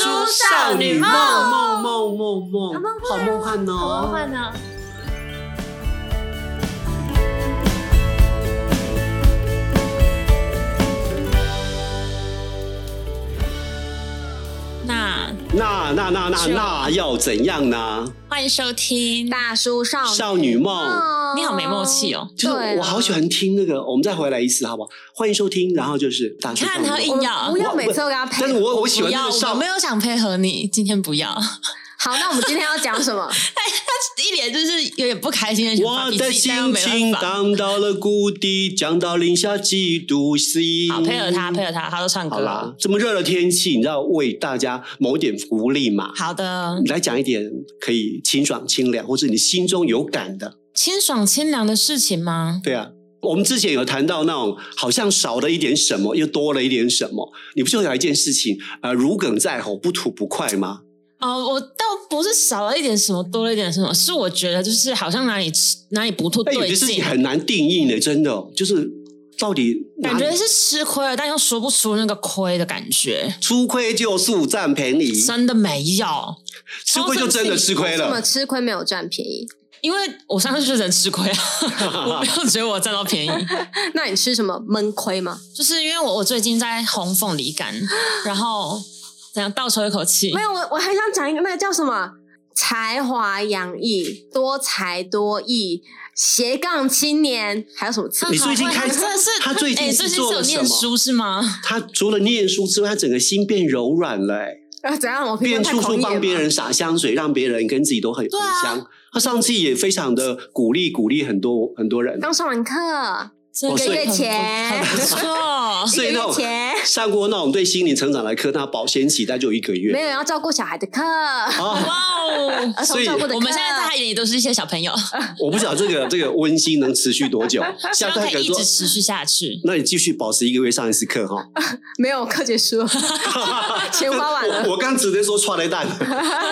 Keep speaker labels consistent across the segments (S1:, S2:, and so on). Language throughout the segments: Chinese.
S1: 少女梦
S2: 梦梦梦梦
S1: 梦
S2: 好梦幻
S1: 好梦
S2: 哦！
S1: 幻呢？那
S2: 那那那那
S1: 是
S2: 那要怎样呢？
S1: 欢迎收听，
S3: 大叔少女
S2: 少女梦，
S1: 你好没默契
S3: 哦。
S1: 哦！
S2: 就是
S3: 对啊
S2: 我好喜欢听那个，我们再回来一次好不好？欢迎收听，然后就是大叔
S1: 你看
S2: 少女梦
S1: 他一定要
S3: 我不要
S2: 我
S3: 每次都给他配
S2: 但是。我我喜
S1: 不
S2: 欢那
S1: 要，
S2: 个
S1: 我
S2: 少
S1: 没，有想配合你，今天不要。
S3: 好，那我们今天要讲什么？
S1: 他一脸就是有点不开心的想发
S2: 我
S1: 脾
S2: 的
S1: 气，但又
S2: 心
S1: 没
S2: 情
S1: 办法。
S2: 荡到了谷底，降到零下几度 C。
S1: 好，配合他，配合他，他都唱歌
S2: 好啦
S1: 了。，
S2: 这么热的天气，你知道为大家谋点福利嘛？
S1: 好的，
S2: 你来讲一点可以清爽清凉，或者你心中有感的，
S1: 清爽清凉的事情吗？
S2: 对啊。我们之前有谈到那种好像少了一点什么，又多了一点什么，你不就有一件事情，呃，如鲠在喉，不吐不快吗？
S1: 哦，我倒不是少了一点什么，多了一点什么，是我觉得就是好像哪里吃哪里不吐
S2: 哎但有
S1: 对
S2: 些事
S1: 劲
S2: 情，很难定义的，真的就是到底哪
S1: 感
S2: 里
S1: 觉是吃亏了，但又说不出那个亏的感觉，
S2: 出亏就速占便宜，
S1: 真的没有。
S2: 嗯吃亏就真的 吃亏
S3: 什么
S2: 了。
S3: 吃亏没有占便宜？
S1: 因为我上次就能 吃亏啊，我没有觉得我占到便宜，
S3: 那你吃什么闷亏吗？
S1: 就是因为我我最近在红凤梨干，然后怎样倒抽一口气
S3: 没，有，我我还想讲一个，那个叫什么？才华洋溢、多才多艺、斜杠青年，还有什么词？
S2: 你最近
S1: 他
S2: 开始
S1: 真的是
S2: 他最近
S1: 哎
S2: 是
S1: 最近
S2: 做
S1: 是
S2: 了
S1: 有
S2: 什
S1: 念
S2: 么
S1: 书是吗？
S2: 他除了念书之外，他整个心变柔软了、欸，
S3: 然啊后怎样？我平
S2: 变
S3: 常
S2: 处
S3: 太狂
S2: 处
S3: 野
S2: 帮
S3: 吗
S2: 别人洒香水，让别人跟自己都很
S1: 对啊
S2: 很香。他上次也非常的鼓励鼓励很多很多人，
S3: 刚上完课，
S1: 这
S2: 哦所以
S3: 一个月前
S1: 很不 错，
S2: 所以
S3: 一
S2: 那
S3: 个月
S2: 种
S3: 前
S2: 上过那种对心灵成长的课，他保鲜期待就一个
S3: 没
S2: 月
S3: 有要照顾小孩的课，
S2: 啊。
S1: 哇哦！
S3: 儿
S2: 所
S3: 童
S2: 以
S3: 照顾的课。
S1: 我们现在在他眼里都是一些小朋友，
S2: 我不晓得这个这个温馨能持续 多久，
S1: 希
S2: 下
S1: 望
S2: 次他
S1: 可
S2: 可能
S1: 以一
S2: 说
S1: 直。持续下去。
S2: 那你继续保持一个月上一次课哈，
S3: 没有课结 束了，钱花完了
S2: 我。我刚只能说踹了一蛋，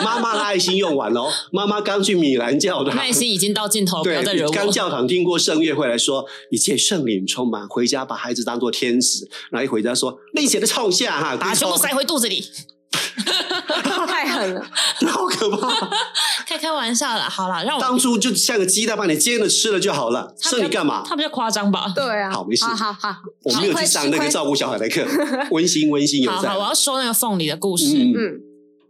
S2: 妈妈的爱心用完了哦，妈妈刚去米兰教堂，
S1: 耐心已经到尽头，不要
S2: 对
S1: 再惹，
S2: 刚
S1: 我。
S2: 教堂听过圣乐会来说，一切圣灵充满，回家把孩子当做天使，然后一回家说，那你写的臭下哈，
S1: 把它全部塞
S2: 臭
S1: 回肚子里，
S3: 太狠了，
S2: 好可 怕！
S1: 开开玩笑啦，好啦，让我
S2: 当初就像个鸡蛋把你煎了吃了就好了，
S1: 他比较
S2: 剩你干嘛？
S1: 他比较夸张吧？
S3: 对啊，
S2: 好没事
S3: 好好好，
S2: 我没有去上那个照顾小孩的课，温馨温馨有
S1: 好
S2: 在
S1: 好，我。要说那个凤梨的故事，
S2: 嗯
S3: 嗯，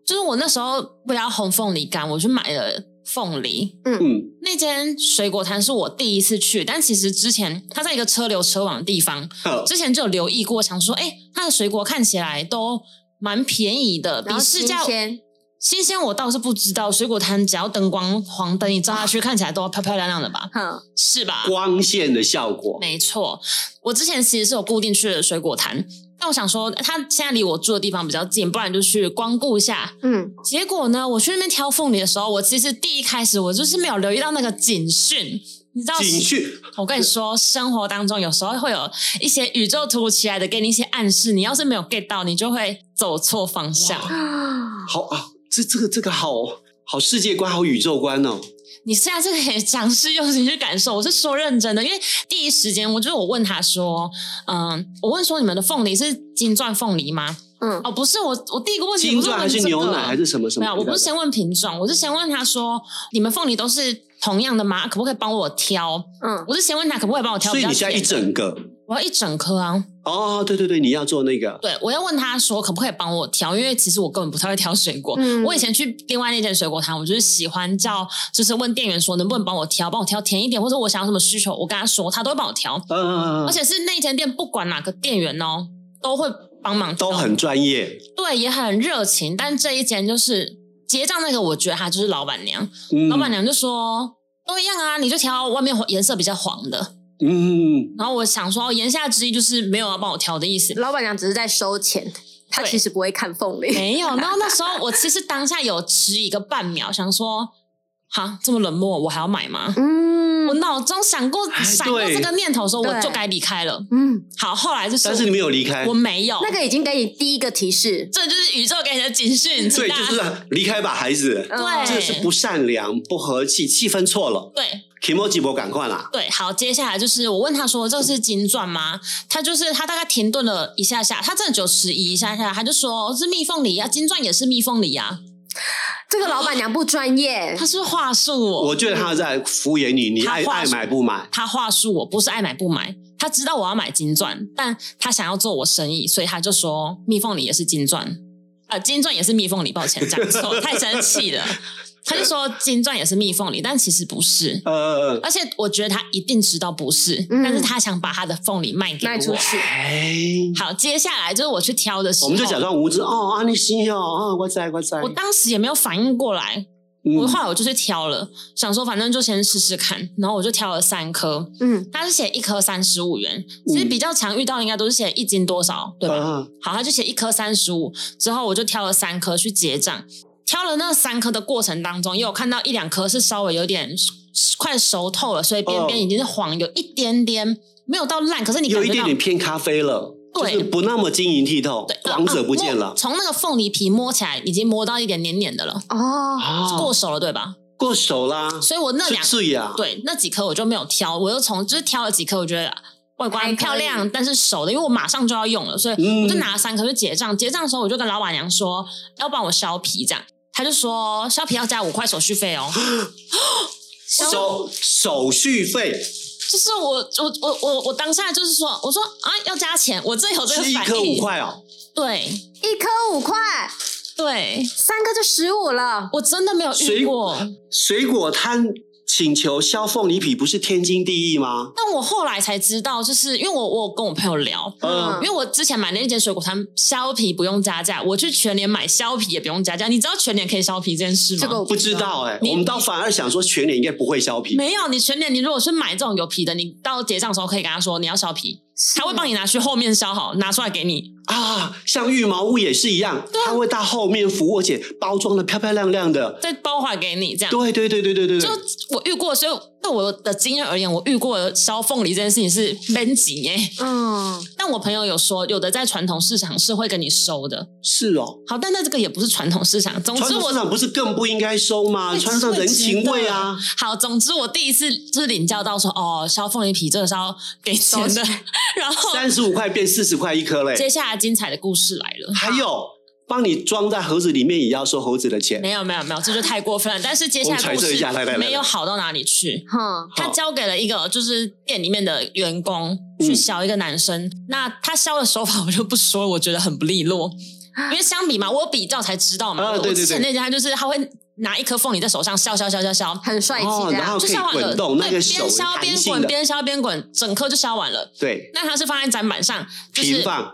S1: 就是我那时候为了要红凤梨干，我去买了凤梨。
S2: 嗯
S1: 那间水果摊是我第一次去，但其实之前它在一个车流车往的地方，
S2: 好
S1: 之前就有留意过，想说，哎、它的水果看起来都蛮便宜的，
S3: 嗯然
S1: 比
S3: 后
S1: 市价
S3: 新鲜
S1: 新鲜我倒是不知道，水果摊只要灯光黄灯一照
S3: 啊
S1: 下去，看起来都要漂漂亮亮的吧？
S3: 哼，
S1: 是吧？
S2: 光线的效果，
S1: 没错，我之前其实是有固定去的水果摊，但我想说，呃它现在离我住的地方比较近，不然就去光顾一下。
S3: 嗯，
S1: 结果呢，我去那边挑凤梨的时候，我其实第一开始我就是没有留意到那个警讯，你知道
S2: 景区
S1: 我跟你说，生活当中有时候会有一些宇宙突如其来的给你一些暗示，你要是没有 get 到，你就会走错方向。
S3: 嗯
S2: 好啊，这这个这个好好世界观，好宇宙观哦。
S1: 你现在这个也尝试用心去感受，我是说认真的，因为第一时间我就是我问他说，嗯，我问说你们的凤梨是金钻凤梨吗？
S3: 嗯
S1: 哦，不是，我我第一个问题
S2: 金
S1: 不是
S2: 钻
S1: 问
S2: 还是
S1: 这
S2: 牛
S1: 个
S2: 奶还是什么什么？
S1: 没有，我不是先问品种，我是先问他说，你们凤梨都是同样的吗？可不可以帮我挑？
S3: 嗯，
S1: 我是先问他可不可以帮我挑
S2: 所
S1: 比
S2: 以
S1: 较
S2: 你现在
S1: 甜的，
S2: 一整个
S1: 我要一整颗啊。
S2: 哦，对对对，你要做那个啊
S1: 对，我要问他说可不可以帮我挑，因为其实我根本不太会挑水果。
S3: 嗯
S1: 我以前去另外那间水果摊，我就是喜欢叫，就是问店员说能不能帮我挑，帮我挑甜一点，或者我想要什么需求，我跟他说，他都会帮我挑。
S2: 嗯，
S1: 而且是那间店不管哪个店员哦，都会帮忙挑，
S2: 都很专业，
S1: 对，也很热情。但这一间就是结账那个，我觉得她就是老板娘，
S2: 嗯
S1: 老板娘就说。都一样啊，你就挑外面颜色比较黄的。
S2: 嗯，
S1: 然后我想说，哦言下之意就是没有要帮我挑的意思。
S3: 老板娘只是在收钱，她
S1: 对
S3: 其实不会看凤梨，
S1: 没有。然后那时候我其实当下有迟疑个半秒，想说，哈，这么冷漠，我还要买吗？
S3: 嗯
S1: 我脑中想过
S2: 哎
S1: 闪过
S2: 对
S1: 这个念头的时候，我
S3: 对
S1: 就该离开了。
S3: 嗯，哦
S1: 好，后来就是，
S2: 但是你没有离开
S1: 我，没有，
S3: 那个已经给你第一个提示，
S1: 这就是宇宙给你的警讯，
S2: 对，
S1: 请大
S2: 就
S1: 家
S2: 是离开吧，孩子，
S1: 对
S2: 这个是不善良、不和气，气氛错了，
S1: 对，
S2: 提莫吉博赶快啦，
S1: 对，好，接下来就是我问他说这是金钻吗？他就是他大概停顿了一下下，他真的就迟疑一下下，他就说是蜜凤梨啊，金钻也是蜜凤梨啊，
S3: 这个老板娘不专业
S1: 他，是话术我，
S2: 我觉得他在敷衍你，你
S1: 他
S2: 爱
S1: 话
S2: 爱
S1: 术
S2: 买不买？
S1: 他话术我不是爱买不买，他知道我要买金钻，但他想要做我生意，所以他就说蜜凤梨也是金钻，呃，金钻也是蜜凤梨，抱歉讲错，太生气了，他就说金钻也是蜜凤梨，但其实不是。
S2: 呃，
S1: 而且我觉得他一定知道不是，
S3: 嗯
S1: 但是他想把他的凤梨卖给我。
S3: 卖出去。
S2: 哎，
S1: 好，接下来就是我去挑的时候，
S2: 我们就假装无知哦，啊，你西哦，啊，我在，我在，嗯
S1: 我当时也没有反应过来，我后来我就去挑了，想说反正就先试试看，然后我就挑了三颗，
S3: 嗯，
S1: 它是写一颗三十五元，
S2: 嗯
S1: 其实比较常遇到应该都是写一斤多少，对吧？
S2: 啊，
S1: 好，他就写一颗三十五，之后我就挑了三颗去结账。挑了那三颗的过程当中，也有看到一两颗是稍微有点快熟透了，所以边边
S2: 哦
S1: 已经是黄，有一点点没有到烂，可是你感
S2: 有一
S1: 觉
S2: 点
S1: 到
S2: 点偏咖啡了，
S1: 对
S2: 就是不那么晶莹剔透
S1: 对，
S2: 王者不见
S1: 啊摸
S2: 了。
S1: 从那个凤梨皮摸起来已经摸到一点黏黏的了，
S3: 哦，
S2: 啊，
S1: 过熟了对吧？
S2: 过手啦，
S1: 所以我那两
S2: 是是呀，
S1: 对那几颗我就没有挑，我又从就是挑了几颗，我觉得外
S3: 还可
S1: 观
S3: 以
S1: 漂亮，但是熟的，因为我马上就要用了，所以
S2: 嗯
S1: 我就拿了三颗去结账。结账的时候我就跟老板娘说，要帮我削皮这样，她就说削皮要加五块手 续费哦。
S2: 手手续费
S1: 就是我我我我我当下就是说，我说啊要加钱，我这有这个
S2: 是一
S1: 反
S2: 颗五
S1: 应，
S2: 块哦，
S1: 对
S3: 一颗五块，
S1: 对，
S3: 三颗就十五了。
S1: 我真的没有遇
S2: 水
S1: 过。
S2: 水果摊请求削凤梨皮不是天经地义吗？
S1: 但我后来才知道，就是因为我我有跟我朋友聊，
S2: 嗯
S1: 因为我之前买那间水果摊削皮不用加价，我去全联买削皮也不用加价。你知道全联可以削皮这件事吗？
S3: 这个我
S2: 不知道哎、
S1: 你
S2: 我们倒反而想说全脸应该不会削皮，
S1: 没有，你全联你如果去买这种有皮的，你到结账的时候可以跟他说你要削皮，他会帮
S3: 你
S1: 你拿去后面削好，拿出来给你。
S2: 啊，像羽毛屋也是一样，
S1: 啊
S2: 它会到后面服务，而且包装的漂漂亮亮的。
S1: 再包回来给你，这样。
S2: 对对对对对对
S1: 啊就
S2: 对，
S1: 我遇过，所以对我的经验而言，我遇过削凤梨这件事情是分级耶。
S3: 嗯，
S1: 但我朋友有说，有的在传统市场是会跟你收的。
S2: 是哦。
S1: 好，但那这个也不是传统市场。总
S2: 传
S1: 之
S2: 统
S1: 我
S2: 市场不是更不应该收吗？
S1: 会
S2: 穿上人情味啊！！
S1: 好，总之我第一次就是领教到说，哦，削凤梨皮这个是要给钱的。 然后
S2: 三十五块变四十块一颗嘞，
S1: 接下来精彩的故事来了。
S2: 还有帮你装在盒子里面也要收猴子的钱。
S1: 没有没有没有，这就太过分了。但是接下
S2: 我们
S1: 来
S2: 揣
S1: 故
S2: 测一
S1: 事
S2: 下来来来
S1: 没有好到哪里去。
S3: 哼，
S1: 他
S2: 好
S1: 交给了一个就是店里面的员工
S2: 嗯
S1: 去削一个男生，那他削的手法我就不说了，我觉得很不利落。因为相比嘛，我有比较才知道嘛。
S2: 啊
S1: 我
S2: 对对
S1: 我之前
S2: 对
S1: 那家就是他会拿一颗凤梨在手上削削削削削，
S3: 很帅气啊
S2: 哦，
S3: 这
S2: 然
S3: 样
S2: 后。
S1: 就
S2: 可以
S1: 削完了，
S2: 滚动，那
S1: 对
S2: 个
S1: 边
S2: 手是
S1: 削
S2: 弹
S1: 边
S2: 性
S1: 滚，
S2: 的，
S1: 边削边滚，整颗就削完了。
S2: 对，
S1: 那它是放在展板上，就是
S2: 平放，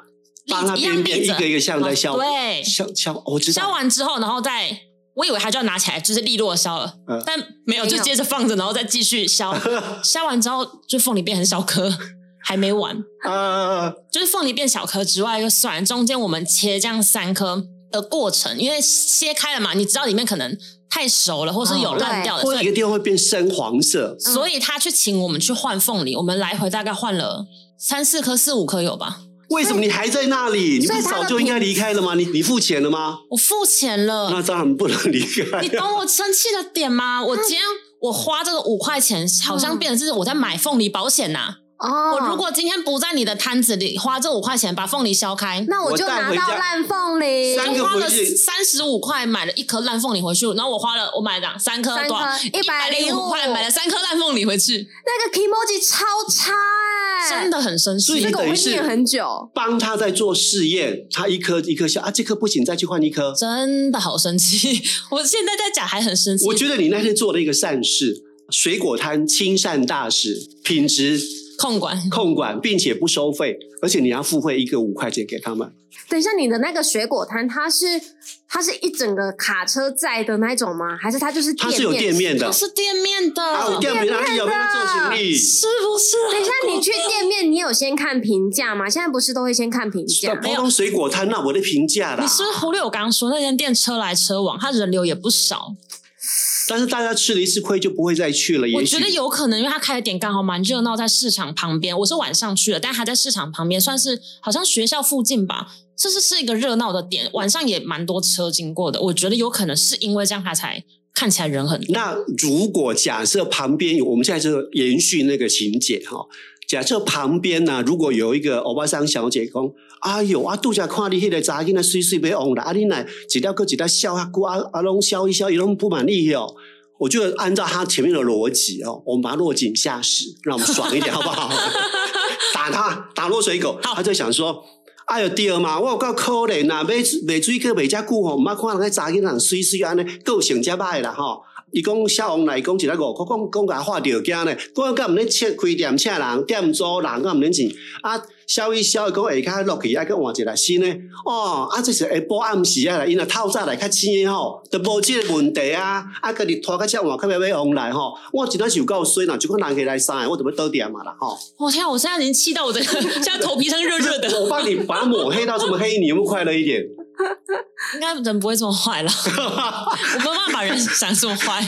S1: 立
S2: 帮它
S1: 一样
S2: 边边
S1: 立
S2: 一
S1: 着
S2: 个一个像在削，
S1: 对，
S2: 削削，哦我知
S1: 削
S2: 道，
S1: 完之后，然后再，我以为他就要拿起来，就是利落地削了，
S2: 嗯
S1: 但没有，
S3: 没有
S1: 就接着放着，然后再继 续削。削完之后，就凤梨变很小颗，还没完，
S2: 呃，
S1: 就是凤梨变小颗之外，就算中间我们切这样三颗的过程，因为切开了嘛，你知道里面可能太熟了，或是有
S3: 哦
S1: 烂掉的，
S2: 或
S1: 所
S2: 一个
S1: 以
S2: 地方会变深黄色，
S3: 嗯
S1: 所以他去请我们去换凤梨，我们来回大概换了三四颗、四五颗有吧。
S2: 为什么你还在那里？你不
S3: 所以
S2: 是
S3: 它的
S2: 早就应该离开了吗？你你付钱了吗？
S1: 我付钱了，
S2: 那当然不能离开
S1: 你。懂我生气的点吗？我今天我花这个五块钱，好
S3: 嗯
S1: 像变成是我在买凤梨保险呐、
S3: 哦，
S1: 我如果今天不在你的摊子里花这五块钱把凤梨削开，
S3: 那我就
S2: 我带
S3: 拿
S2: 回
S3: 到
S2: 家
S3: 烂凤梨，
S2: 三个
S1: 我花了
S2: 回去
S1: 三十五块买了一颗烂凤梨回去，然后我花了我买了三颗
S3: 三颗
S1: 多少？
S3: 105
S1: 五块买了三颗烂凤梨回去，
S3: 那个 emoji 超差哎、
S1: 真，的很生
S2: 所以
S1: 气
S3: 这。
S2: 你
S3: 个我
S2: 等于
S3: 会
S2: 是
S3: 念很久。
S2: 帮他在做试验，他一颗一颗削啊，这颗不行，再去换一颗。
S1: 真的好生气！ 我现在在讲还很生气。
S2: 我觉得你那天做了一个善事，水果摊亲善大使，品质
S1: 控管
S2: 控管，并且不收费，而且你要付费一个五块钱给他们。
S3: 等一下，你的那个水果摊，它是它是一整个卡车载的那种吗？还是它就是
S2: 它是有店
S3: 面？
S2: 面
S1: 它
S2: 的，
S1: 是店面的，
S2: 还有啊店面哪里有没有做行李？
S1: 是不是？
S3: 等一下，你去店面，你有先看评价吗？现在不是都会先看评价
S2: 那？包装水果摊，那我的评价啦
S1: 你。是不是忽略我刚刚说那间店车来车往，它人流也不少。
S2: 但是大家吃了一次亏就不会再去了，
S1: 我
S2: 也许
S1: 觉得有可能，因为它开的点刚好蛮热闹，在市场旁边。我是晚上去的，但它在市场旁边，算是好像学校附近吧，这是是一个热闹的点，晚上也蛮多车经过的。我觉得有可能是因为这样，它才看起来人很多
S2: 那如果假设旁边有，我们现在就延续那个情节哈、假设旁边呢、如果有一个欧巴桑小姐讲：“哎哟，啊，拄则看你迄个查囡仔水水要红啦，啊，你来一条搁一条笑啊，久啊啊拢笑一笑，伊拢不满意哦。”我觉得按照他前面的逻辑哦，我们把他落井下石，让我们爽 一点好不好？打他，打落水狗。他就想说：“哎哟，对嘛，我有够可怜啦，买买水果买遮久吼，毋捌看人个查囡仔水水安尼，还有成遮歹啦吼。”伊讲小王来讲一个五块，讲讲甲发着惊咧，讲甲毋免切开店请人，店租人甲毋免钱，啊，消一消伊讲下骹落去，啊，佫换一个新诶，哦，啊，这是下晡暗时啊，因若透早来较醒诶吼，都无即个问题啊，啊，家己拖到遮换较要要往来吼，我真正是有够衰啦，就款人客来三个，我就要倒店嘛啦吼，
S1: 我天啊、我现在已经气到我 的，现在头皮上热热的，
S2: 我帮你把它抹黑到这么黑，你有没有快乐一点？
S1: 应该人不会这么坏了，我没有办法把人想这么坏，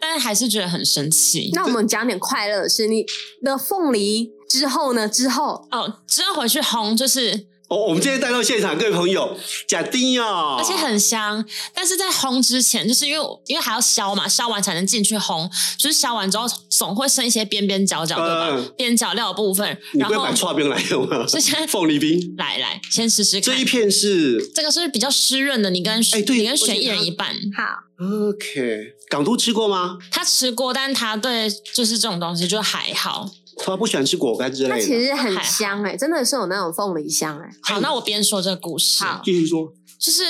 S1: 但是还是觉得很生气。
S3: 那我们讲点快乐的事，你的凤梨之后呢？之后
S1: 哦，之后回去烘就是，
S2: 哦，我们今天带到现场各位朋友，假丁哦，
S1: 而且很香。但是在烘之前，就是因为我因为还要削嘛，削完才能进去烘，就是削完之后总会剩一些边边角角，对吧
S2: 嗯？
S1: 边角料的部分，
S2: 你
S1: 然
S2: 不会
S1: 后
S2: 买串冰来用吗？
S1: 是现在
S2: 凤梨冰。
S1: 来来先试试
S2: 这
S1: 看
S2: 一。片是
S1: 这个是比较湿润的，你跟
S2: 哎对
S1: 你跟
S2: 而且
S1: 雪一人
S2: 它
S1: 一半。
S3: 好，
S2: OK，港都吃过吗？
S1: 他吃过，但他对就是这种东西就还好。
S2: 他不喜欢吃果干之
S3: 它
S2: 类
S3: 其
S2: 的。
S3: 实很香哎、真的是有那种凤梨香哎、
S1: 好，那我边说这个故事，
S3: 好
S2: 继续说，
S1: 就是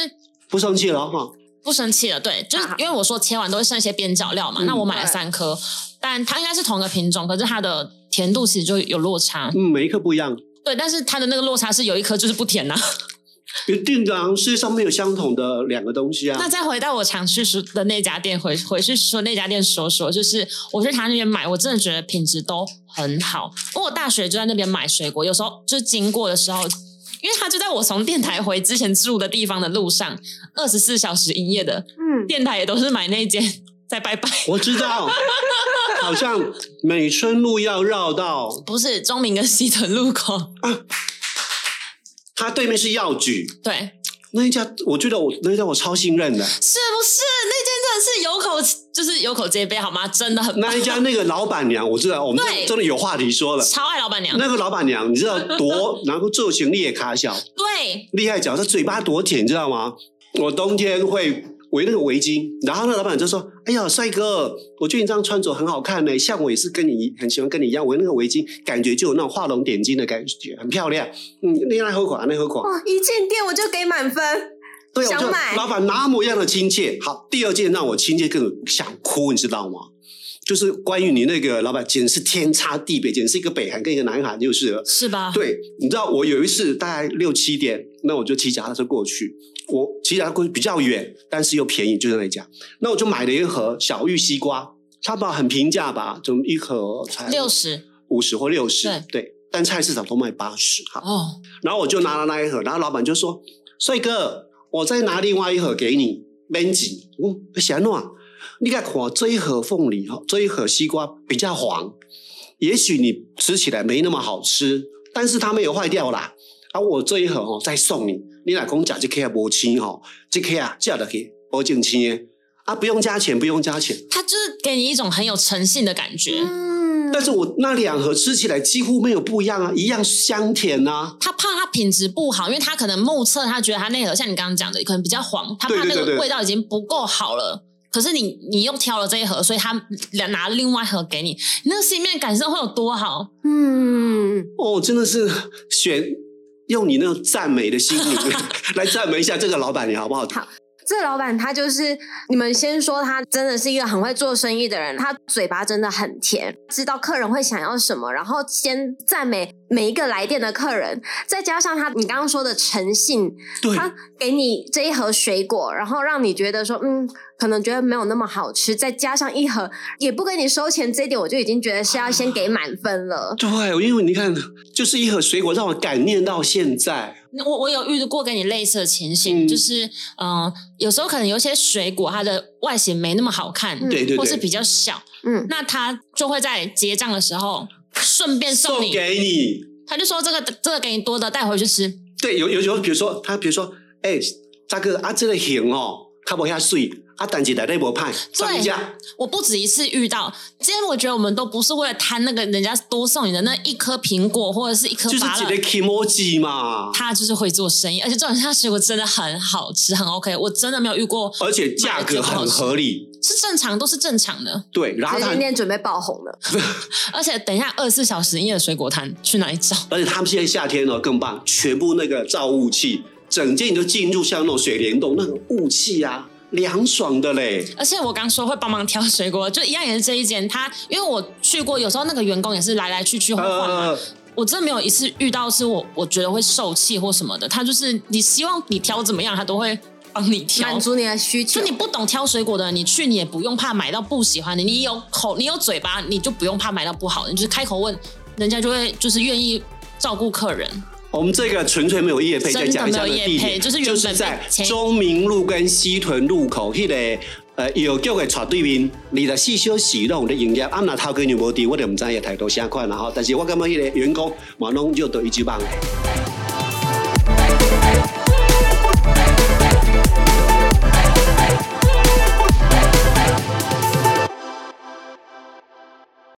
S2: 不生气了哈。
S1: 不生气了，对，就是
S3: 啊
S1: 因为我说切完都会剩一些边角料嘛，
S2: 嗯
S1: 那我买了
S3: 对
S1: 三颗，但它应该是同一个品种，可是它的甜度其实就有落差，
S2: 嗯，每一颗不一样，
S1: 对，但是它的那个落差是有一颗就是不甜呐、
S2: 一定的啊。世界上没有相同的两个东西啊
S1: 那。再回到我常去说的那家店，回回去说那家店说说，就是我去他那边买，我真的觉得品质都很好。因为我大学就在那边买水果，有时候就经过的时候，因为他就在我从电台回之前住的地方的路上，二十四小时营业的
S3: 嗯，
S1: 电台也都是买那间在拜拜。
S2: 我知道， 好像美村路要绕到
S1: 不是中明跟西屯路口，
S2: 它对面是药局
S1: 对，
S2: 那一家，我觉得我那一家我超信任的。
S1: 是不是那间真的是有口就是有口皆碑好吗？真的很棒
S2: 那一家那个老板娘，我知道，我们
S1: 对
S2: 真的有话题说了。
S1: 超爱老板娘，
S2: 那个老板娘，你知道多，然后做行李也卡小，
S1: 对，
S2: 厉害角，他嘴巴多甜，你知道吗？我冬天会围那个围巾，然后那老板就说：“哎呀，帅哥，我觉得你这样穿着很好看呢、像我也是跟你很喜欢跟你一样围那个围巾，感觉就有那种画龙点睛的感觉，很漂亮。嗯，那那何款，那何款，
S3: 哇，一进店我就给满分，
S2: 啊对，啊我
S3: 想
S2: 就
S3: 买
S2: 老板那么样的亲切。好，第二件让我亲切更想哭，你知道吗？就是关于你那个老板，简直是天差地别，简直是一个北韩跟一个南韩就是了。
S1: 是吧？
S2: 对，你知道我有一次大概六七点，那我就骑脚踏车过去。我骑脚踏车过去比较远，但是又便宜，就在那一家。那我就买了一盒小玉西瓜，它吧很平价吧，就一盒才
S1: 六十
S2: 五十或六十，
S1: 对
S2: 对。但菜市场都卖八十哈。
S1: 哦。
S2: 然后我就拿了那一盒，然后老板就说：“帅哥，我再拿另外一盒给你，免钱。”我讲想啊，你看看这一盒凤梨哈，这一盒西瓜比较黄，也许你吃起来没那么好吃，但是它没有坏掉啦。啊，我这一盒哦再送你，你老公讲这颗无青哈，这颗啊嫁得去无正青的，啊不用加钱，不用加钱。
S1: 他就是给你一种很有诚信的感觉。
S3: 嗯，
S2: 但是我那两盒吃起来几乎没有不一样啊，一样香甜啊。
S1: 他怕它品质不好，因为他可能目测，他觉得他那盒像你刚刚讲的，可能比较黄，他怕
S2: 对对
S1: 那
S2: 对
S1: 个
S2: 对
S1: 味道已经不够好了。可是你你又挑了这一盒，所以他拿了另外一盒给你，你那个心里面感受会有多好？
S3: 嗯，
S2: 哦，真的是选用你那种赞美的心 情来赞美一下这个老板娘，好不好？
S3: 好这老板他就是你们先说他真的是一个很会做生意的人，他嘴巴真的很甜，知道客人会想要什么，然后先赞美每一个来店的客人，再加上他你刚刚说的诚信，
S2: 对，
S3: 他给你这一盒水果，然后让你觉得说，嗯，可能觉得没有那么好吃，再加上一盒也不跟你收钱，这一点我就已经觉得是要先给满分了。
S2: 对，因为你看，就是一盒水果让我感念到现在。
S1: 那我我有遇过跟你类似的情形，
S2: 嗯
S1: 就是嗯、呃有时候可能有一些水果它的外形没那么好看，
S3: 嗯
S2: 对对
S1: 或是比
S2: 对，
S1: 较小，
S3: 嗯，
S1: 那他就会在结账的时候顺便送
S2: 送
S1: 你，
S2: 给你。
S1: 他就说这个这个给你多的带回去吃，
S2: 对，有有有，比如说他，比如说，哎，大哥啊，这个行哦，较无遐水，啊，但是内底无歹，上一家
S1: 我不止一次遇到，今天我觉得我们都不是为了贪那个人家多送你的那一颗苹果或者是一颗
S2: 就是
S1: 芭乐
S2: 一，个 i m o j i 嘛，
S1: 他就是会做生意，而且这种他水果真的很好吃，很 OK，我真的没有遇过，
S2: 而且价格很合理。
S1: 是正常都是正常的。
S2: 对，然后
S3: 所以
S2: 他
S3: 今，天准备爆红了，
S1: 而且等一下二十四小时营业的水果摊去哪里找？
S2: 而且他们现在夏天哦更棒，全部那个造雾器，整件你就进入像那种水帘洞那个雾气啊，凉爽的嘞。
S1: 而且我刚说会帮忙挑水果，就一样也是这一间，他因为我去过，有时候那个员工也是来来去去换换嘛，
S2: 呃，
S1: 我真的没有一次遇到是我我觉得会受气或什么的，他就是你希望你挑怎么样，他都会帮你挑
S3: 满。足你的需求
S1: 就。你不懂挑水果的人，你去你也不用怕买到不喜欢的，你有口你有嘴巴，你就不用怕买到不好的，你就是开口问，人家就会就是愿意照顾客人。
S2: 我们这个纯粹没有业配，
S1: 真
S2: 再
S1: 的
S2: 讲一下
S1: 没有业
S2: 地
S1: 配
S2: 点，
S1: 就是原
S2: 就
S1: 本
S2: 是在
S1: 被前
S2: 中明路跟西屯路口迄、那个。呃，药局的斜对面，二十四小时拢有咧营业。啊，若头家娘无伫，我就毋知伊态度啥款啦吼。但是我感觉迄个员工嘛拢就到一级棒。